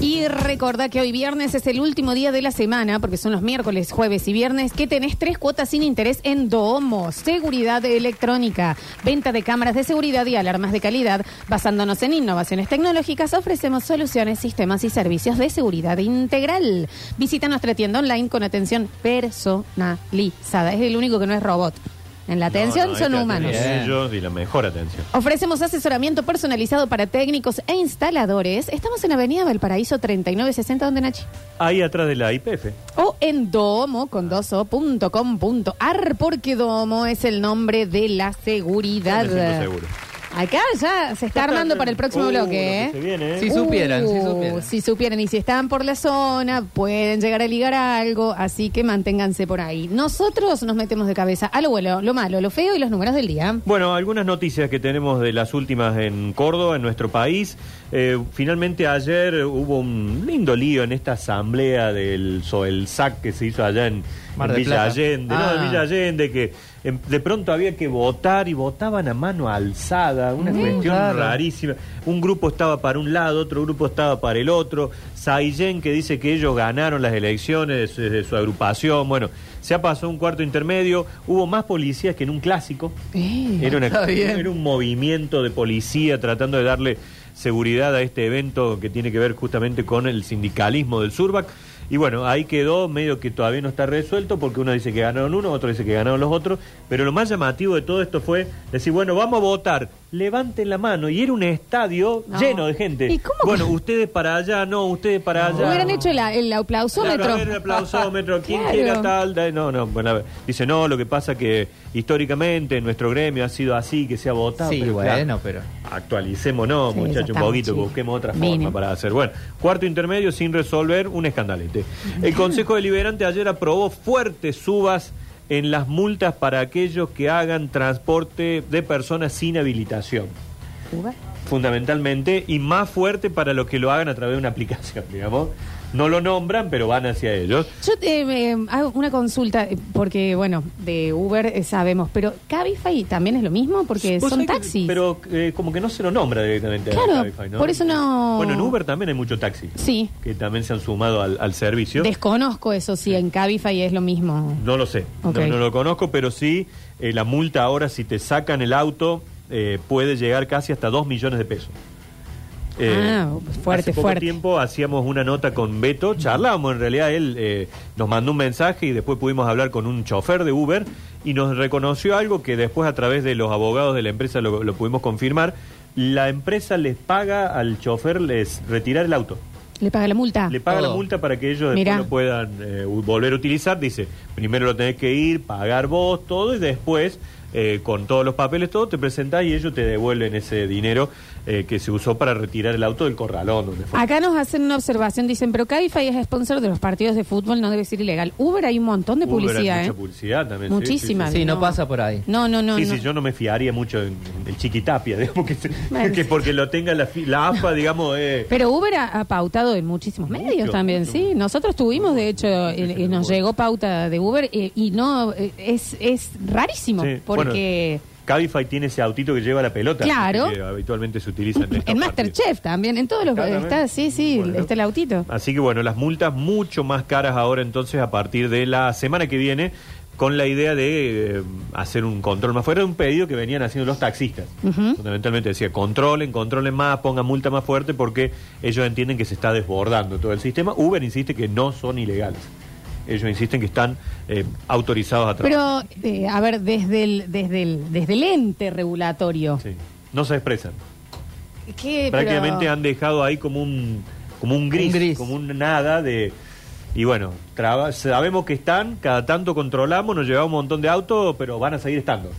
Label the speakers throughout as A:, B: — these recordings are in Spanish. A: Y recordá que hoy viernes es el último día de la semana, porque son los miércoles, jueves y viernes, que tenés tres cuotas sin interés en Domo. Seguridad electrónica, venta de cámaras de seguridad y alarmas de calidad. Basándonos en innovaciones tecnológicas, ofrecemos soluciones, sistemas y servicios de seguridad integral. Visita nuestra tienda online con atención personalizada. Es el único que no es robot. En la atención
B: No, no, hay
A: son
B: que
A: humanos.
B: atender a ellos y la mejor atención.
A: Ofrecemos asesoramiento personalizado para técnicos e instaladores. Estamos en Avenida Valparaíso 3960, donde Nachi.
B: Ahí atrás de la IPF.
A: O en domo con dos o, punto com, punto ar, porque domo es el nombre de la seguridad.
B: Me siento seguro.
A: Acá ya se está armando para el próximo
B: Uh,
A: bloque.
B: lo que se
A: ¿eh? Uh,
B: viene, ¿eh?
C: Sí, Si supieran, si supieran.
A: si supieran y si están por la zona, pueden llegar a ligar a algo, así que manténganse por ahí. Nosotros nos metemos de cabeza a lo bueno, lo malo, lo feo y los números del día.
B: Bueno, algunas noticias que tenemos de las últimas en Córdoba, en nuestro país. Eh, finalmente ayer hubo un lindo lío en esta asamblea del SOELSAC que se hizo allá en,
C: Mar
B: en
C: del
B: Villa
C: Plata.
B: Allende. No,
C: Ah.
B: en Villa Allende, que em, de pronto había que votar y votaban a mano alzada, una cuestión
C: Mm, claro.
B: rarísima. Un grupo estaba para un lado, otro grupo estaba para el otro. Saillén que dice que ellos ganaron las elecciones de su, de su agrupación. Bueno, se ha pasado un cuarto intermedio, hubo más policías que en un clásico.
A: Eh.
B: Era, una-
C: Está bien.
B: era un movimiento de policía tratando de darle seguridad a este evento que tiene que ver justamente con el sindicalismo del Surbac. Y bueno, ahí quedó, medio que todavía no está resuelto, porque uno dice que ganaron uno, otro dice que ganaron los otros. Pero lo más llamativo de todo esto fue decir, bueno, vamos a votar, levanten la mano. Y era un estadio
A: No.
B: lleno de gente.
A: ¿Y cómo que-
B: Bueno, ustedes para allá, no, ustedes para allá.
A: Hubieran hecho el, el
B: Claro,
A: aplausómetro.
B: a ver, el aplausómetro, quien
A: Claro.
B: quiera tal, da- no, no, bueno, a ver. dice no, lo que pasa que históricamente nuestro gremio ha sido así, que se ha votado.
C: Sí,
B: pero
C: bueno,
B: claro,
C: pero.
A: Sí,
B: Actualicémonos,
A: ya
B: muchachos, un
A: estamos,
B: poquito, que
A: sí.
B: busquemos otra
A: Mínimo.
B: forma para hacer. Bueno, cuarto intermedio sin resolver, un escandalete. El Consejo Deliberante ayer aprobó fuertes subas en las multas para aquellos que hagan transporte de personas sin habilitación
A: Uber.
B: fundamentalmente y más fuerte para los que lo hagan a través de una aplicación, digamos. No lo nombran, pero van hacia ellos.
A: Yo eh, me- hago una consulta, eh, porque bueno, de Uber eh, sabemos, pero Cabify también es lo mismo, porque
B: Vos
A: son
B: sabés que-
A: taxis.
B: pero eh, como que no se lo nombra directamente. a
A: Claro,
B: Cabify,
A: por eso no-
B: Bueno, en Uber también hay mucho taxi.
A: Sí.
B: Que también se han sumado al, al servicio.
A: Desconozco eso, si en Cabify es lo mismo.
B: No lo sé,
A: Ok.
B: no, no lo conozco, pero sí, eh, la multa ahora, si te sacan el auto, eh, puede llegar casi hasta 2 millones de pesos. Eh,
A: Ah, fuerte,
B: hace poco
A: fuerte.
B: tiempo hacíamos una nota con Beto, charlábamos, en realidad él eh, nos mandó un mensaje y después pudimos hablar con un chofer de Uber y nos reconoció algo que después a través de los abogados de la empresa lo, lo pudimos confirmar, la empresa les paga al chofer les retirar el auto.
A: ¿Le paga la multa?
B: Le paga la
C: Todo.
B: multa para que
A: Ah,
B: ellos después
A: Mirá.
B: lo puedan eh, u- volver a utilizar. Dice, primero lo tenés que ir, pagar vos, todo, y después, eh, con todos los papeles, todo, te presentás y ellos te devuelven ese dinero eh, que se usó para retirar el auto del corralón. donde fue.
A: Acá nos hacen una observación, dicen, pero Cabify es sponsor de los partidos de fútbol, no debe ser ilegal. Uber hay un montón de
B: Uber, hay
A: publicidad,
B: mucha
A: ¿eh?
B: publicidad también. sí,
A: Muchísima.
B: sí,
C: Sí,
A: Ah,
C: no
A: No.
C: pasa por ahí.
A: No, no, no.
B: Sí,
A: no.
B: sí, yo no me fiaría mucho en, en el chiquitapia, digamos, que, se-
A: Bueno,
B: que
A: sí.
B: porque lo tenga la, fi- la AFA, digamos, eh,
A: Pero Uber ha, ha pautado en muchísimos
B: Mucho,
A: medios también,
B: mucho.
A: sí. Nosotros tuvimos, de hecho, el- el- nos llegó pauta de Uber eh, y no, eh, es, es rarísimo,
B: Sí,
A: porque
B: bueno, Cabify tiene ese autito que lleva la pelota.
A: Claro.
B: Que habitualmente se utiliza en, estos
A: en
B: partidos.
A: Masterchef también, en todos los...
B: Claramente.
A: Está, sí, sí,
B: Bueno.
A: está el autito.
B: Así que bueno, las multas mucho más caras ahora entonces a partir de la semana que viene con la idea de eh, hacer un control más fuerte, un pedido que venían haciendo los taxistas. Fundamentalmente decía, controlen, controlen más, pongan multa más fuerte porque ellos entienden que se está desbordando todo el sistema. Uber insiste que no son ilegales. Ellos insisten que están eh, autorizados a trabajar.
A: Pero, eh, a ver, desde el, desde el, desde el ente regulatorio.
B: Sí. No se expresan.
A: ¿qué,
B: prácticamente
A: pero-
B: han dejado ahí como un como un gris,
C: Un gris.
B: como un nada de y bueno, traba- sabemos que están, cada tanto controlamos, nos lleva un montón de autos, pero van a seguir estando.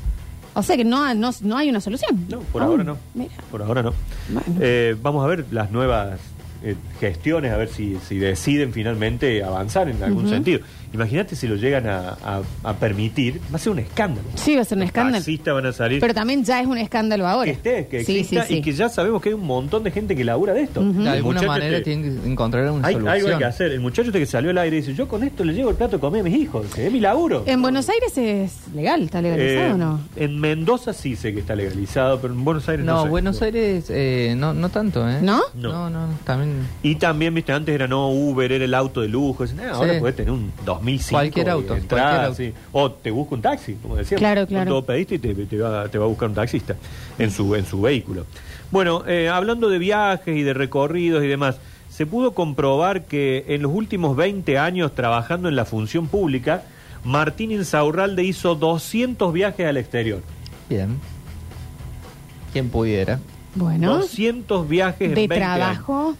A: O sea que no, no, no hay una solución.
B: No, por
A: Aún.
B: ahora no.
A: Mira.
B: Por ahora no.
A: Bueno.
B: Eh, vamos a ver las nuevas eh, gestiones, a ver si, si deciden finalmente avanzar en algún sentido. Imagínate si lo llegan a, a- a permitir, va a ser un escándalo.
A: Sí, va a ser un
B: Los
A: escándalo.
B: taxistas van a salir.
A: Pero también ya es un escándalo ahora.
B: Ah, que esté, que
A: sí, sí,
B: exista
A: sí.
B: y que ya sabemos que hay un montón de gente que labura de esto.
C: De
B: El
C: alguna
B: muchacho
C: manera
B: este-
C: tienen que encontrar una
B: hay,
C: solución.
B: algo hay que hacer. El muchacho este que salió al aire dice, yo con esto le llevo el plato de comida a mis hijos. dice, Es mi laburo.
A: En Buenos Aires es legal, está legalizado
B: Eh,
A: o no?
B: En Mendoza sí sé que está legalizado, pero en Buenos Aires no,
C: No,
B: sé.
C: Buenos Aires eh, no, no tanto, ¿eh?
A: ¿No?
B: No.
C: No, no, no, también
B: Y también, viste, antes era no Uber, era el auto de lujo. Dicen, "Ah, ahora
C: Sí.
B: puedes tener un 2005.
C: Cualquier
B: de
C: auto,
B: entrada,
C: cualquier auto.
B: sí. O te busca un taxi, como decíamos.
A: Claro,
B: Tú
A: claro.
B: todo pediste y te, te va, te va a buscar un taxista en su, en su vehículo. Bueno, eh, hablando de viajes y de recorridos y demás, se pudo comprobar que en los últimos 20 años trabajando en la función pública, Martín Insaurralde hizo 200 viajes al exterior.
C: bien. Quien pudiera.
A: Bueno,
B: 200 viajes en
A: de
B: 20 años.
A: trabajo.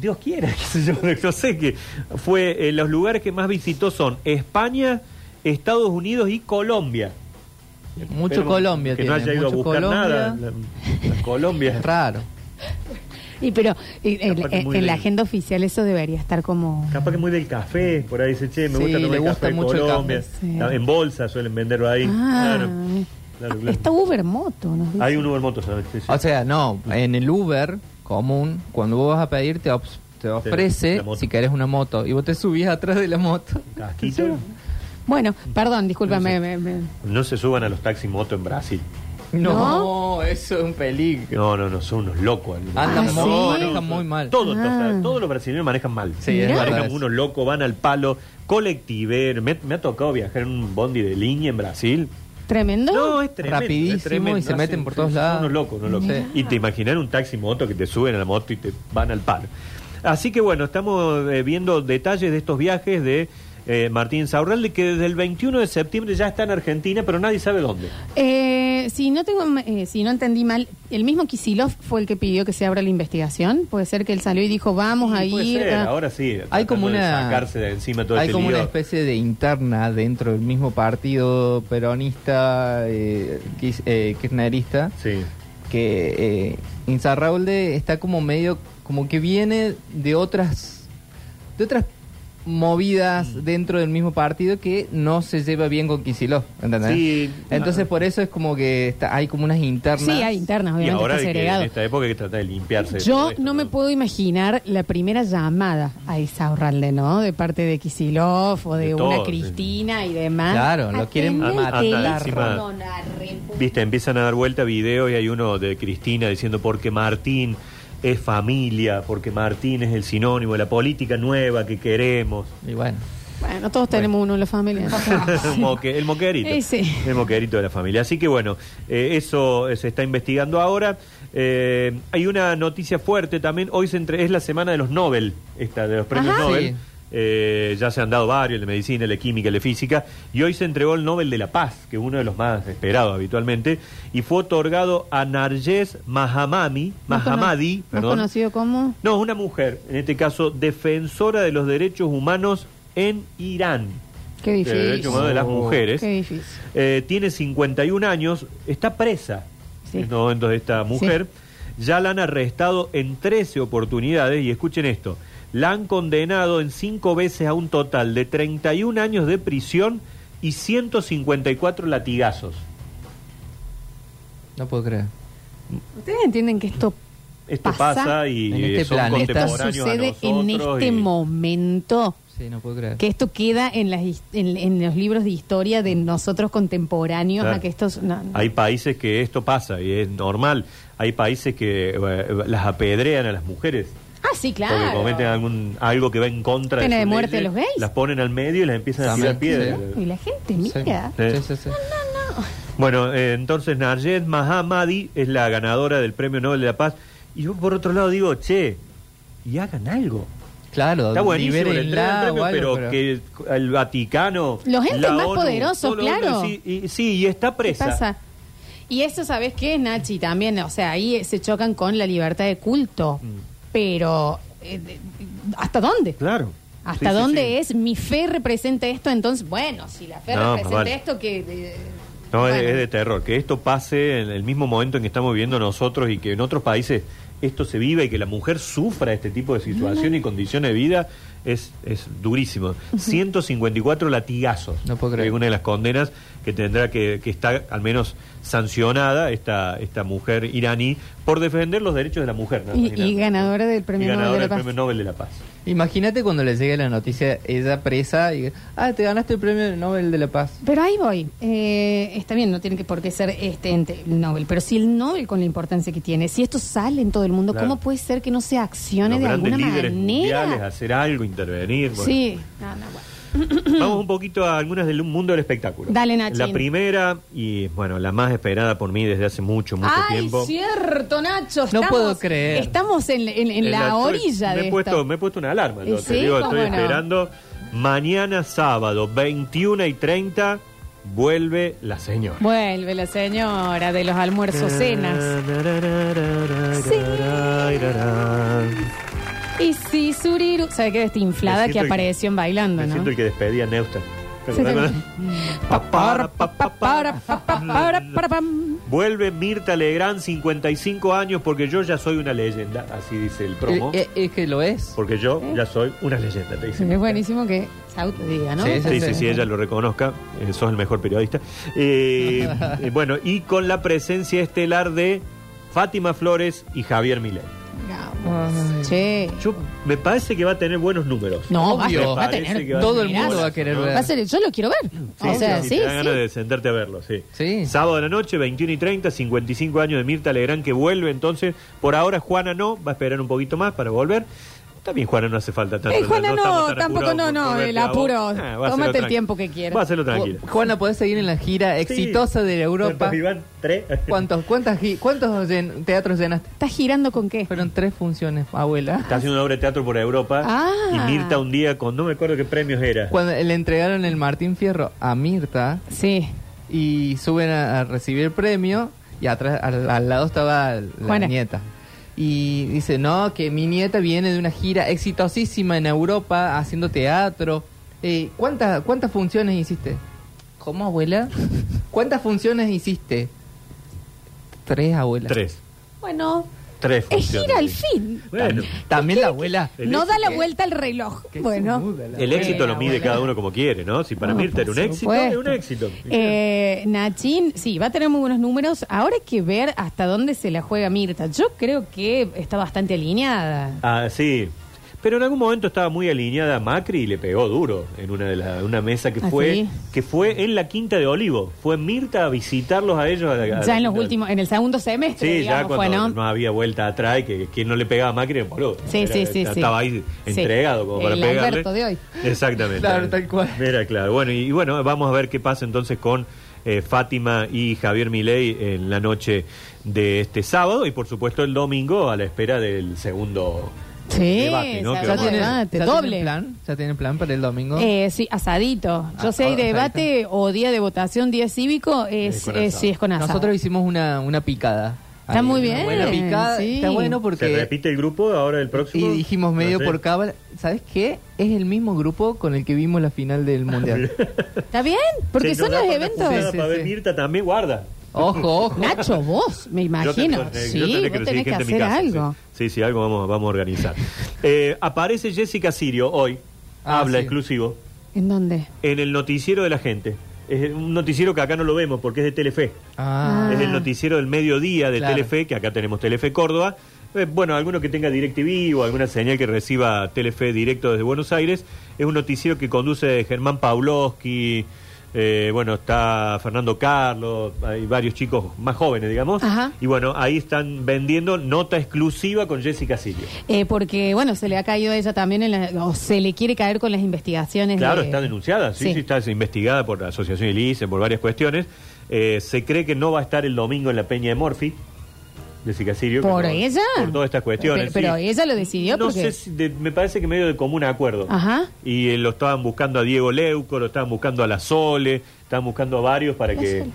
B: Dios quiera, qué sé yo, no sé qué. Fue, eh, los lugares que más visitó son España, Estados Unidos y Colombia.
C: Mucho
B: Pero
C: Colombia
B: Que
C: tiene,
B: no haya ido a
C: mucho
B: buscar
C: Colombia.
B: nada. La- la Colombia.
C: Raro.
A: Y pero y- en,
B: Capaz que
A: en-
B: muy
A: en la
B: bien.
A: agenda oficial eso debería estar como...
B: Capaz que muy del café, por ahí dice, che, me
C: Sí,
B: gusta tomar
C: le
B: el
C: gusta
B: café de
C: mucho el
B: Colombia.
C: café,
A: sí.
B: Ah, En bolsa suelen venderlo ahí.
A: Ah,
B: Claro, claro, claro.
A: Está Uber Moto, nos dice.
B: Hay un Uber Moto, ¿sabes? Sí, sí.
C: O sea, no, en el Uber común, cuando vos vas a pedir, te, obs- te ofrece,
B: la moto.
C: si querés una moto, y vos te subís atrás de la moto.
B: Casquito.
A: Bueno, perdón, discúlpame. me- me-
B: No se suban a los taximotos en Brasil.
A: No.
C: eso es un peligro.
B: No, no, no, son unos locos.
C: Andan
A: Ah,
C: muy,
A: ¿sí?
C: manejan muy mal.
B: Todos,
A: Ah.
B: o sea, todos los brasileños manejan mal.
C: Sí, es
B: manejan
C: verdad
B: como
C: eso.
B: unos locos, van al palo, colectiver. Me, me ha tocado viajar en un bondi de línea en Brasil.
A: ¿Tremendo?
B: No, es tremendo. es
C: Rapidísimo
B: tremendo.
C: y se
B: Ah,
C: meten
B: sí,
C: por
B: sí,
C: todos
B: sí,
C: lados.
B: Son unos locos, unos locos.
C: Mira.
B: Y te imaginar un taxi moto que te suben a la moto y te van al palo. Así que bueno, estamos eh, viendo detalles de estos viajes de eh, Martín Saurralde, que desde el 21 de septiembre ya está en Argentina, pero nadie sabe dónde.
A: Eh, si no tengo, eh, si no entendí mal, el mismo Kisilov fue el que pidió que se abra la investigación. Puede ser que él salió y dijo vamos a
B: Sí, puede
A: ir.
B: ser,
A: a-
B: ahora sí.
C: Hay
B: tratando
C: como
B: de
C: una
B: sacarse de encima todo
C: hay
B: este
C: como
B: lío.
C: una especie de interna dentro del mismo partido peronista, eh, kis- eh, kirchnerista,
B: Sí.
C: que eh, Insaurralde está como medio, como que viene de otras, de otras movidas
B: Mm.
C: dentro del mismo partido que no se lleva bien con Kicillof, ¿entendés?
B: Sí.
C: Entonces
B: Ah.
C: por eso es como que está- hay como unas internas.
A: Sí, hay internas,
B: Y
A: obviamente
B: ahora
A: está
B: que en
A: segregado.
B: esta época hay que tratar de limpiarse. de todo
A: Yo
B: esto, Ah,
A: no me puedo imaginar la primera llamada a Isaurralde, ¿no? De parte de Kisilov o de,
B: De
A: una
B: todo,
A: Cristina y demás. Ah,
C: Claro, lo quieren
A: Atendé el
C: matar.
A: teléfono,
B: ah, Encima-
A: la repu-
B: Viste, empiezan a dar vuelta videos y hay uno de Cristina diciendo porque Martín es familia, porque Martín es el sinónimo de la política nueva que queremos.
C: Y bueno,
A: Bueno, todos tenemos uno en la familia.
B: Un moque- el moquerito.
A: Eh, sí.
B: El moquerito de la familia. Así que bueno, eh, eso eh, se está investigando ahora. Eh, hay una noticia fuerte también. Hoy se entre- es la semana de los Nobel, esta de los premios
A: Ajá.
B: Nobel.
C: Sí.
B: Eh, ya se han dado varios, el de medicina, el de química, el de física, y hoy se entregó el Nobel de la Paz, que es uno de los más esperados habitualmente, y fue otorgado a Narges Mahamami,
A: Más cono-
B: Mahamadi,
A: Más
B: perdón.
A: conocido como...
B: No, una mujer, en este caso, defensora de los derechos humanos en Irán
A: Qué
B: de
A: difícil.
B: derechos humanos de las mujeres.
A: Qué difícil.
B: Eh, tiene 51 años, está presa
A: Sí.
B: en estos momentos esta mujer. Ya la han arrestado en 13 oportunidades y escuchen esto, la han condenado en 5 veces a un total de 31 años de prisión y 154 latigazos.
C: no puedo creer.
A: Ustedes entienden que esto
B: Esto
A: Pasa
B: pasa, y
C: en este
B: eh, son
C: planeta.
A: esto
B: contemporáneos a
A: sucede en
B: nosotros
A: este
B: y-
A: momento.
C: Sí, no puedo creer.
A: Que esto queda en, las his- en, en los libros de historia de nosotros contemporáneos
B: Claro.
A: a que estos... no, no.
B: Hay países que esto pasa y es normal. Hay países que eh, las apedrean a las mujeres.
A: Ah, sí,
B: Porque
A: claro.
B: cometen algún, algo que va en contra
A: Pena de
B: sus
A: muerte
B: leyes,
A: a los gays.
B: Las ponen al medio y las empiezan a tirar
C: También,
B: piedras.
A: Y la gente, mira.
C: Sí. Sí, sí, sí.
B: Bueno, eh, entonces Narjet Mahamadi es la ganadora del Premio Nobel de la Paz. Y yo por otro lado digo, che, y hagan algo.
C: Claro,
B: Está buenísimo la entrega del
C: libérenla
B: premio,
C: o algo,
B: pero, que el Vaticano...
A: Los entes
B: la
A: más
B: ONU,
A: poderosos,
B: todo lo otro,
A: claro.
B: Sí, y, sí, y está
A: ¿Qué
B: presa.
A: pasa? Y eso, ¿sabes qué, Nachi? También, o sea, ahí eh, se chocan con la libertad de culto. Pero, eh, de- ¿hasta dónde?
B: Claro. Mm. Sí,
A: ¿Hasta
B: sí,
A: dónde
B: sí.
A: es? Mi fe representa esto, entonces, bueno, si la fe
B: No, más
A: representa
B: vale.
A: esto, que... eh,
B: No, es-
A: bueno.
B: es de terror. Que esto pase en el mismo momento en que estamos viviendo nosotros y que en otros países esto se viva y que la mujer sufra este tipo de situación y condiciones de vida es, es durísimo. 154 latigazos.
C: No puedo creer.
B: Es una de las condenas que tendrá que, que estar al menos sancionada esta, esta mujer iraní por defender los derechos de la mujer. nada más
A: Y- y
B: nada menos.
A: ganadora del
B: Y
A: Premio Nobel de
B: ganadora
A: la
B: del
A: Paz.
B: Premio Nobel de la Paz.
C: Imagínate cuando le llegue la noticia, ella presa y ah, te ganaste el premio Nobel de la Paz.
A: Pero ahí voy. Eh, está bien, no tiene que por qué ser este ente el Nobel, pero si el Nobel con la importancia que tiene, si esto sale en todo el mundo,
B: Claro.
A: ¿cómo puede ser que no se accione
B: Los
A: de
B: grandes
A: alguna
B: líderes mundiales,
A: manera?
B: hacer algo, intervenir. bueno.
A: Sí, no, no, bueno.
B: Vamos un poquito a algunas del mundo del espectáculo.
A: Dale, Nachín.
B: La primera, y bueno, la más esperada por mí desde hace mucho, mucho
A: Ay,
B: tiempo.
A: cierto, Nacho.
C: No
A: estamos-
C: puedo creer.
A: Estamos en, en- en
B: Eh,
A: la
B: estoy-
A: orilla
B: me
A: de
B: he puesto,
A: esto.
B: Me he puesto una alarma,
A: Y
B: yo
A: sí,
B: te digo, estoy
A: cómo no.
B: esperando. Mañana sábado, 21 y 30, vuelve la señora.
A: Vuelve la señora de los
B: Eh.
A: almuerzos, cenas. Y si Suriru... ¿Sabe qué? Esta inflada
B: Me
A: que
B: siento que-
A: apareció en bailando,
B: Me
A: ¿no?
B: siento el que despedía a Neustadt. ¿Te
A: Sí,
B: acordás? Pa, para, pa, pa,
A: Para,
B: para.
A: pa, pa, para, para, pam.
B: Vuelve Mirta Legrand, 55 años, porque yo ya soy una leyenda, así dice el promo.
C: Eh, eh, es que lo es.
B: Porque yo ya soy una leyenda, te dice.
A: Es buenísimo que se autodiga, ¿no?
C: Sí,
B: Sí, sí, sí, ella lo reconozca, eh, sos el mejor periodista. Eh, eh, bueno, y con la presencia estelar de Fátima Flores y Javier Milei.
A: Vamos, Che.
B: Yo, me parece que va a tener buenos números.
A: No,
C: Obvio.
A: va a ser-
B: Me
A: va a
B: parece
A: tener-
B: que va
C: todo
B: tener
C: el mundo
B: buenos,
C: va a querer
B: ¿no?
C: ver.
A: Va a ser, yo lo quiero ver.
B: Sí,
A: o sea,
B: sí,
A: sí,
B: te dan ganas
A: sí.
B: de sentarte a verlo, sí.
C: Sí.
B: Sábado de la noche, 21 y 30, 55 años de Mirta Legrand que vuelve entonces. Por ahora Juana no, va a esperar un poquito más para volver. También Juana no hace falta tanto.
A: Eh, Juana
B: estamos
A: no,
B: tan
A: tampoco
B: apurados
A: no,
B: por-
A: no,
B: por verte
A: el
B: a vos. Ah,
A: apuro.
B: va a
A: Tómate
B: hacerlo
A: el
B: tranquilo.
A: tiempo que quieras.
B: Va a hacerlo tranquilo.
C: Ju- Juana, podés seguir en la gira Oh, exitosa de Europa.
B: ¿Cuántos, Iván? ¿Tres?
C: ¿Cuántos, cuántas, gi- cuántos llen- teatros llenaste?
A: ¿Estás girando con qué?
C: Fueron tres funciones, abuela.
B: Está haciendo una obra de teatro por Europa.
A: Ah.
B: Y Mirta un día con, no me acuerdo qué premios era.
C: Cuando le entregaron el Martín Fierro a Mirta
A: Sí.
C: y suben a, a recibir el premio y atrás al, al lado estaba la
A: Juana.
C: nieta. Y dice, no, que mi nieta viene de una gira exitosísima en Europa haciendo teatro. Eh, ¿cuántas, ¿Cuántas funciones hiciste? ¿Cómo, abuela? ¿Cuántas funciones hiciste? Tres, abuela.
B: Tres.
A: Bueno,
B: Tres
A: es
B: funciones.
A: gira al fin.
B: Bueno, Eh,
C: También la abuela.
B: El
A: no da la
C: que-
A: vuelta al reloj.
C: que
A: Bueno.
C: suda la
B: el éxito
A: Abuela,
B: lo mide
A: abuela.
B: cada uno como quiere, ¿no? Si
C: Ah,
B: para
A: No,
B: Mirta era
A: por
B: un éxito,
A: supuesto.
B: era un éxito.
A: Eh, Nachín, sí, va a tener muy buenos números. Ahora hay que ver hasta dónde se la juega Mirta. Yo creo que está bastante alineada.
B: Ah, sí. Pero en algún momento estaba muy alineada a Macri y le pegó duro en una de la, una mesa que
A: Ah,
B: fue
A: sí.
B: que fue en la Quinta de Olivo. Fue Mirta a visitarlos a ellos. a la- a la
A: Ya en
B: Quinta
A: los
B: de-
A: últimos, en el segundo semestre,
B: Sí, ya
A: digamos,
B: cuando
A: fue, ¿no?
B: no había vuelta atrás y que quien no le pegaba a Macri era boludo.
A: Sí,
B: Era-
A: sí, sí, sí.
B: Estaba ahí
A: Sí.
B: entregado como para
A: El
B: pegarle.
A: Alberto de hoy.
B: Exactamente.
C: Claro, tal cual.
B: Era claro. Bueno, y, y bueno, vamos a ver qué pasa entonces con eh, Fátima y Javier Milei en la noche de este sábado y por supuesto el domingo a la espera del segundo
A: Sí,
B: debate, ¿no?
A: se
B: Que
A: armó
B: vamos a-
A: el debate,
C: ya
A: Ah, doble.
C: tienen plan? ¿Ya tienen plan para el domingo?
A: Eh, sí, asadito. Yo
C: Ah,
A: sé, hay
C: ah,
A: debate o día de votación, día cívico, es,
B: Es con
A: es-
B: asado.
A: sí, es con asado.
C: Nosotros hicimos una, una picada.
A: Está
C: Ahí,
A: muy
C: una
A: bien,
C: buena picada.
A: sí.
C: Está bueno
B: ¿Se
C: porque.
B: repite el grupo ahora el próximo?
C: Y dijimos medio
B: No sé.
C: por cábala. ¿Sabes qué? Es el mismo grupo con el que vimos la final del
B: Ah,
C: mundial.
A: ¿Está bien? Porque
B: Che, no
A: son
B: da
A: los
B: para
A: eventos.
B: juntada
C: Sí,
B: para
C: sí,
B: ver
C: sí.
B: Mirta también guarda.
C: Ojo, ojo.
A: Nacho, vos, me
B: Yo tengo-
A: imagino.
B: eh, yo
A: sí,
B: tendré
A: vos
B: recibir
A: tenés que
B: gente en mi
A: hacer
B: casa,
A: algo.
B: Sí, sí, sí, algo vamos, vamos a organizar. Eh, aparece Jessica Sirio hoy,
C: Ah,
B: habla
C: sí.
B: exclusivo,
A: ¿En dónde?
B: en el noticiero de la gente. Es un noticiero que acá no lo vemos porque es de Telefe.
C: Ah,
A: Ah.
B: Es el noticiero del mediodía de
C: Claro.
B: Telefe, que acá tenemos Telefe Córdoba. Eh, bueno, alguno que tenga DirecTV o alguna señal que reciba Telefe directo desde Buenos Aires. Es un noticiero que conduce Germán Pavlovsky, eh, bueno, está Fernando Carlos, hay varios chicos más jóvenes, digamos.
A: Ajá.
B: Y bueno, ahí están vendiendo nota exclusiva con Jessica Silvio.
A: Eh, porque, bueno, se le ha caído a ella también, en la- o se le quiere caer con las investigaciones.
B: Claro,
A: de-
B: está denunciada, sí,
A: Sí.
B: sí, está investigada por la Asociación Ilícita, por varias cuestiones. Eh, se cree que no va a estar el domingo en la Peña de Morphy, de Sicasirio.
A: ¿Por
B: que no-
A: ella?
B: Por todas estas cuestiones.
A: Pero- pero
B: sí.
A: ella lo decidió
B: No
A: porque-
B: sé, si de- me parece que medio de común acuerdo.
A: Ajá.
B: Y eh, lo estaban buscando a Diego Leuco, lo estaban buscando a La Sole, estaban buscando a varios para
A: La
B: que
A: Sole.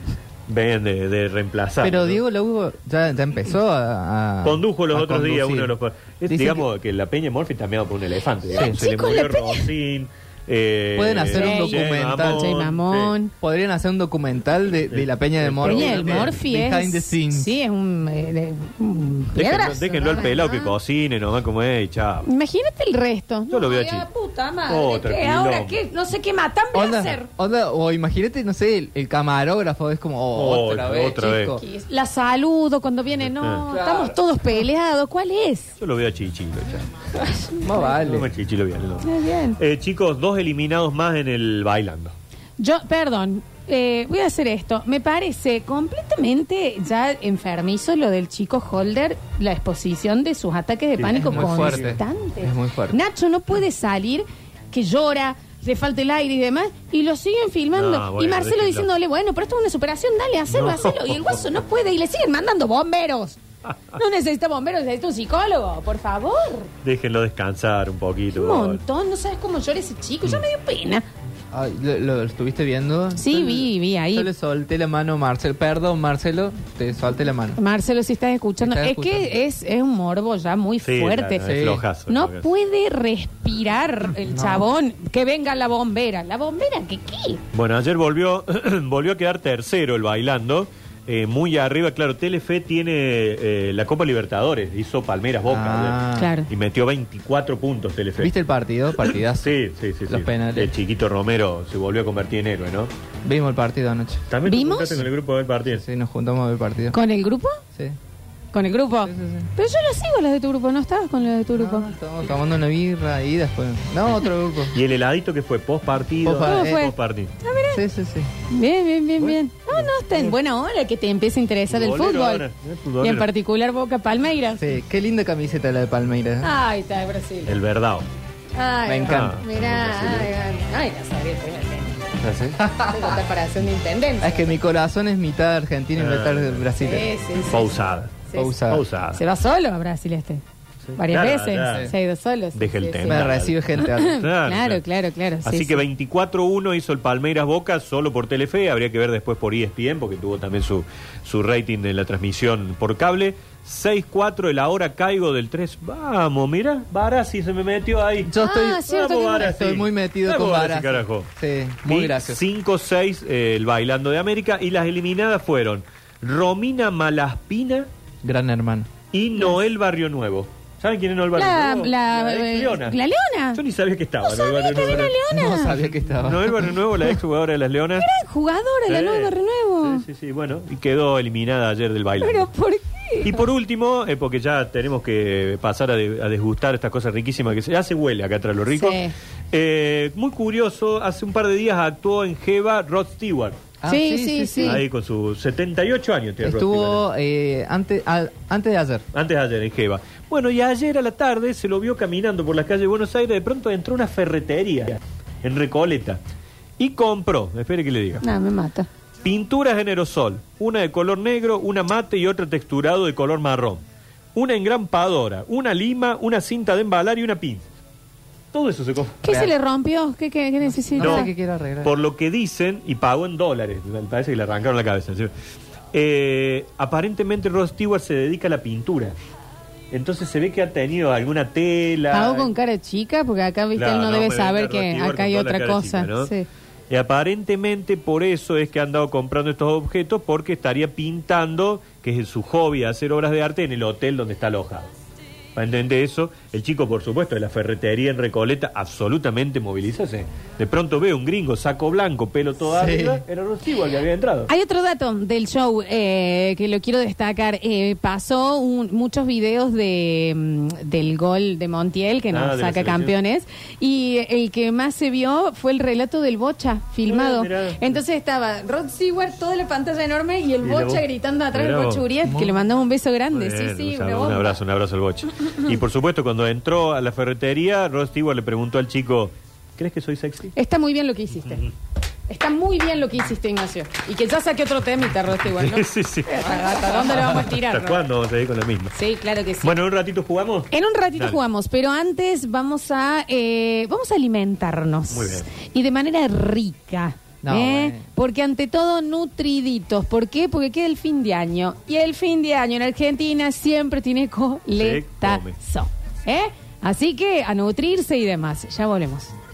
B: vengan de, de reemplazar.
C: Pero
B: ¿no?
C: Diego Lago ya, ya empezó
A: Ah.
C: a. a-
B: Condujo los
C: a
B: otros días
C: conducir.
B: uno de los. es,
C: Dicen
B: digamos que... la Peña Morphy está meada por un elefante. digamos. Se le
A: chicos, la
B: murió
A: Peña-
B: Rosín, eh,
C: Pueden hacer un
B: Jay
C: documental.
B: Mamón,
A: Jay Mamón.
C: Podrían hacer un documental de, de la Peña de Morfi.
A: Peña del Morphy es.
C: Behind the scenes.
A: Sí, es un. eh, de- un
B: sí. Déjenlo,
A: piedrazo,
B: déjenlo al
A: ¿no?
B: pelado que cocine nomás como es y chao.
A: Imagínate el resto.
B: Yo lo veo a
D: Ay,
B: Chile.
D: la puta madre,
B: Otro
D: ¿qué? ahora
B: quilombo.
D: qué, no sé qué matan voy a hacer.
C: Onda, onda, o imagínate, no sé, el, el camarógrafo es como oh,
B: Oh,
C: otra vez,
B: otra vez.
C: chico.
A: Que es- La saludo cuando viene,
B: Este,
A: no,
D: Claro.
A: estamos todos peleados. ¿Cuál es?
B: Yo lo veo a Chichi, lo chao.
C: Más
B: No me
C: vale.
B: Chichi, lo veo. no.
A: Está bien.
B: Eh, chicos, dos eliminados más en el bailando.
A: Yo, perdón, eh, voy a hacer esto. Me parece completamente ya enfermizo lo del chico Holder, la exposición de sus ataques de
B: Sí,
A: pánico
C: es muy fuerte.
A: constantes.
C: Es muy fuerte.
A: Nacho no puede salir, que llora, le falta el aire y demás, y lo siguen filmando.
B: No, bueno,
A: y Marcelo
B: déjenlo.
A: diciéndole, bueno, pero esto es una superación, dale, hacelo,
B: No.
A: hacelo. Y el guaso no puede, y le siguen mandando bomberos. No necesita bomberos, necesita un psicólogo, por favor.
B: Déjenlo descansar un poquito.
A: Un
B: por favor.
A: montón, no sabes cómo llora ese chico, ya me dio pena.
C: Ay, Ah, ¿lo, lo estuviste viendo?
A: Sí,
C: Yo-
A: vi, vi ahí.
C: Yo le solté la mano a Marcelo. Perdón, Marcelo, te solté la mano.
A: Marcelo, si estás escuchando,
C: Estás
A: es
C: escuchando.
A: que es, es un morbo ya muy
B: Sí,
A: fuerte.
B: claro, es
C: Sí.
B: flojazo,
A: No
B: flojazo.
A: puede respirar el
C: No.
A: chabón. Que venga la bombera. ¿La bombera que qué?
B: Bueno, ayer volvió, volvió a quedar tercero el bailando. eh, muy arriba, claro, Telefe tiene eh, la Copa Libertadores, hizo Palmeras Boca
C: Ah.
B: ayer.
A: Claro.
B: y metió 24 puntos Telefe.
C: ¿Viste el partido? Partidazo.
B: Sí, sí, sí.
C: Los
B: sí.
C: penales.
B: El chiquito Romero se volvió a convertir en héroe, ¿no?
C: Vimos el partido anoche.
B: También te
A: ¿Vimos?
B: juntaste con el grupo del partido.
C: Sí, nos juntamos a ver el partido.
A: ¿Con el grupo?
C: Sí.
A: Con el grupo.
C: Sí, sí, sí.
A: Pero yo lo sigo, los de tu grupo. ¿No estabas con los de tu grupo?
C: No, estábamos Ah, tomando una birra y después. No, otro grupo.
B: Y el heladito que fue post partido.
C: Post-
A: ¿Cómo fue?
B: partido.
A: Ah,
C: Sí, sí, sí.
A: Bien, bien, bien, bien. No, no, está en buena hora que te empiece a interesar el
B: Futbolero
A: fútbol.
B: ahora, eh, futbolero.
A: Y en particular Boca Palmeiras.
C: Sí, qué linda camiseta la de Palmeiras. ¿eh?
A: Ay, está de Brasil.
B: El verdao.
A: Ay,
C: Me encanta.
A: Mirá, ay, ay, ay, no sabía el primer tema.
C: Ah,
A: Tengo preparación de intendente.
C: Es que mi corazón es mitad argentino y
B: Ah.
C: mitad de Brasil.
A: Sí, sí, sí.
B: Pausada.
A: Sí,
C: Pausa.
B: Pausada.
A: Se va solo a Brasil este. Varias
B: Ah. Claro,
A: veces.
B: claro.
A: Se ha ido solo. sí,
B: Deja el
A: sí, sí.
B: tema.
C: Me recibe gente. acá.
A: Claro, claro, claro. sí,
B: Así
A: sí.
B: que 24-1 hizo el Palmeiras Boca solo por Telefe, habría que ver después por E ESPN porque tuvo también su, su rating de la transmisión por cable. 6-4 el ahora caigo del 3. Vamos, mira, Barassi se me metió ahí.
C: Yo estoy,
A: Ah, cierto que-
C: estoy muy metido
B: Vamos,
C: con
B: Barassi,
C: varas.
B: carajo.
C: Sí, muy
B: Y
C: gracias.
B: 5-6 eh, el Bailando de América y las eliminadas fueron Romina Malaspina
C: Gran hermano.
B: y Noel Barrio Nuevo. ¿Saben quién es Noel Barrio
A: La,
B: Nuevo?
A: la,
B: ex
A: eh,
B: Leona.
A: la Leona.
B: Yo ni sabía que estaba.
A: No
B: Noel
A: sabía
B: Barrio
A: que había
B: Nuevo.
A: una leona.
C: No sabía que estaba.
B: Noel Barrio Nuevo, la ex jugadora de las Leonas.
A: Gran jugadora, la
B: Sí.
A: nueva Renuevo.
B: Sí, sí, sí, bueno, y quedó eliminada ayer del baile.
A: Pero ¿por qué?
B: Y por último, eh, porque ya tenemos que pasar a, de- a desgustar estas cosas riquísimas que se, ya se huele acá atrás lo rico.
A: Sí.
B: Eh, muy curioso, hace un par de días actuó en Jeva Rod Stewart.
C: Ah,
A: Sí, sí, sí.
B: Ahí con sus 78 años tiene Rod Stewart.
C: Estuvo eh, antes, al- antes de ayer.
B: Antes de ayer en Jeva. Bueno, y ayer a la tarde se lo vio caminando por las calles de Buenos Aires. De pronto entró a una ferretería en Recoleta y compró, espere que le diga.
A: No, me mata.
B: Pinturas en aerosol, una de color negro, una mate y otra texturado de color marrón. Una engrampadora, una lima, una cinta de embalar y una pinza. Todo eso se compró.
A: ¿Qué
C: Real.
A: se le rompió? ¿Qué, qué, qué necesita?
C: No
B: No.
C: sé qué quiero arreglar.
B: Por lo que dicen, y pagó en dólares, me parece que le arrancaron la cabeza. ¿sí? Eh, aparentemente Rod Stewart se dedica a la pintura. Entonces se ve que ha tenido alguna tela. eh,
A: Pago con cara chica, porque acá viste
B: Claro,
A: uno
B: no
A: debe
B: puede
A: saber
B: estar
A: que
B: Rod
A: acá hay
B: Stewart con
A: otra
B: toda la cara
A: cosa.
B: chica, ¿no?
A: Sí.
B: Y aparentemente por eso es que ha andado comprando estos objetos, porque estaría pintando, que es su hobby, hacer obras de arte en el hotel donde está alojado. ¿Para entender eso? El chico, por supuesto, de la ferretería en Recoleta, absolutamente movilizarse. De pronto ve un gringo, saco blanco, pelo todo
C: Sí.
B: arriba, era Rostigua que había entrado.
A: Hay otro dato del show eh, que lo quiero destacar. Eh, pasó un- muchos videos de, mm, del gol de Montiel, que
B: Ah,
A: nos
B: de la
A: saca
B: selección.
A: campeones, y el que más se vio fue el relato del Bocha, filmado.
B: Ah, mirá.
A: Entonces estaba Rod Stewart, toda la pantalla enorme, y el
B: Y la
A: Bocha
B: voz.
A: gritando atrás
B: Mirá
A: del Bocha
B: vos.
A: Uriet, que le mandamos un beso grande.
B: Bueno,
A: sí, sí,
B: un,
A: una
B: saludo, un
A: bomba.
B: abrazo, un abrazo al boche. Y por supuesto, cuando entró a la ferretería, Rod Stewart le preguntó al chico, ¿crees que soy sexy?
A: Está muy bien lo que hiciste. Está muy bien lo que histe, Ignacio. Y que ya saque otro temita, Rod Stewart, ¿no?
B: sí, sí.
A: ¿Hasta hasta dónde le vamos a tirar?
B: ¿Hasta
A: Rod?
B: cuándo vamos a ir con la misma?
A: Sí, claro que sí.
B: Bueno, en un ratito jugamos.
A: En un ratito
B: Dale.
A: jugamos, pero antes vamos a eh, vamos a alimentarnos
B: Muy bien.
A: y de manera rica,
C: No,
A: ¿eh?
C: bueno.
A: porque ante todo nutriditos. ¿Por qué? Porque queda el fin de año y el fin de año en Argentina siempre tiene coletazo, ¿eh? Así que a nutrirse y demás. Ya volvemos.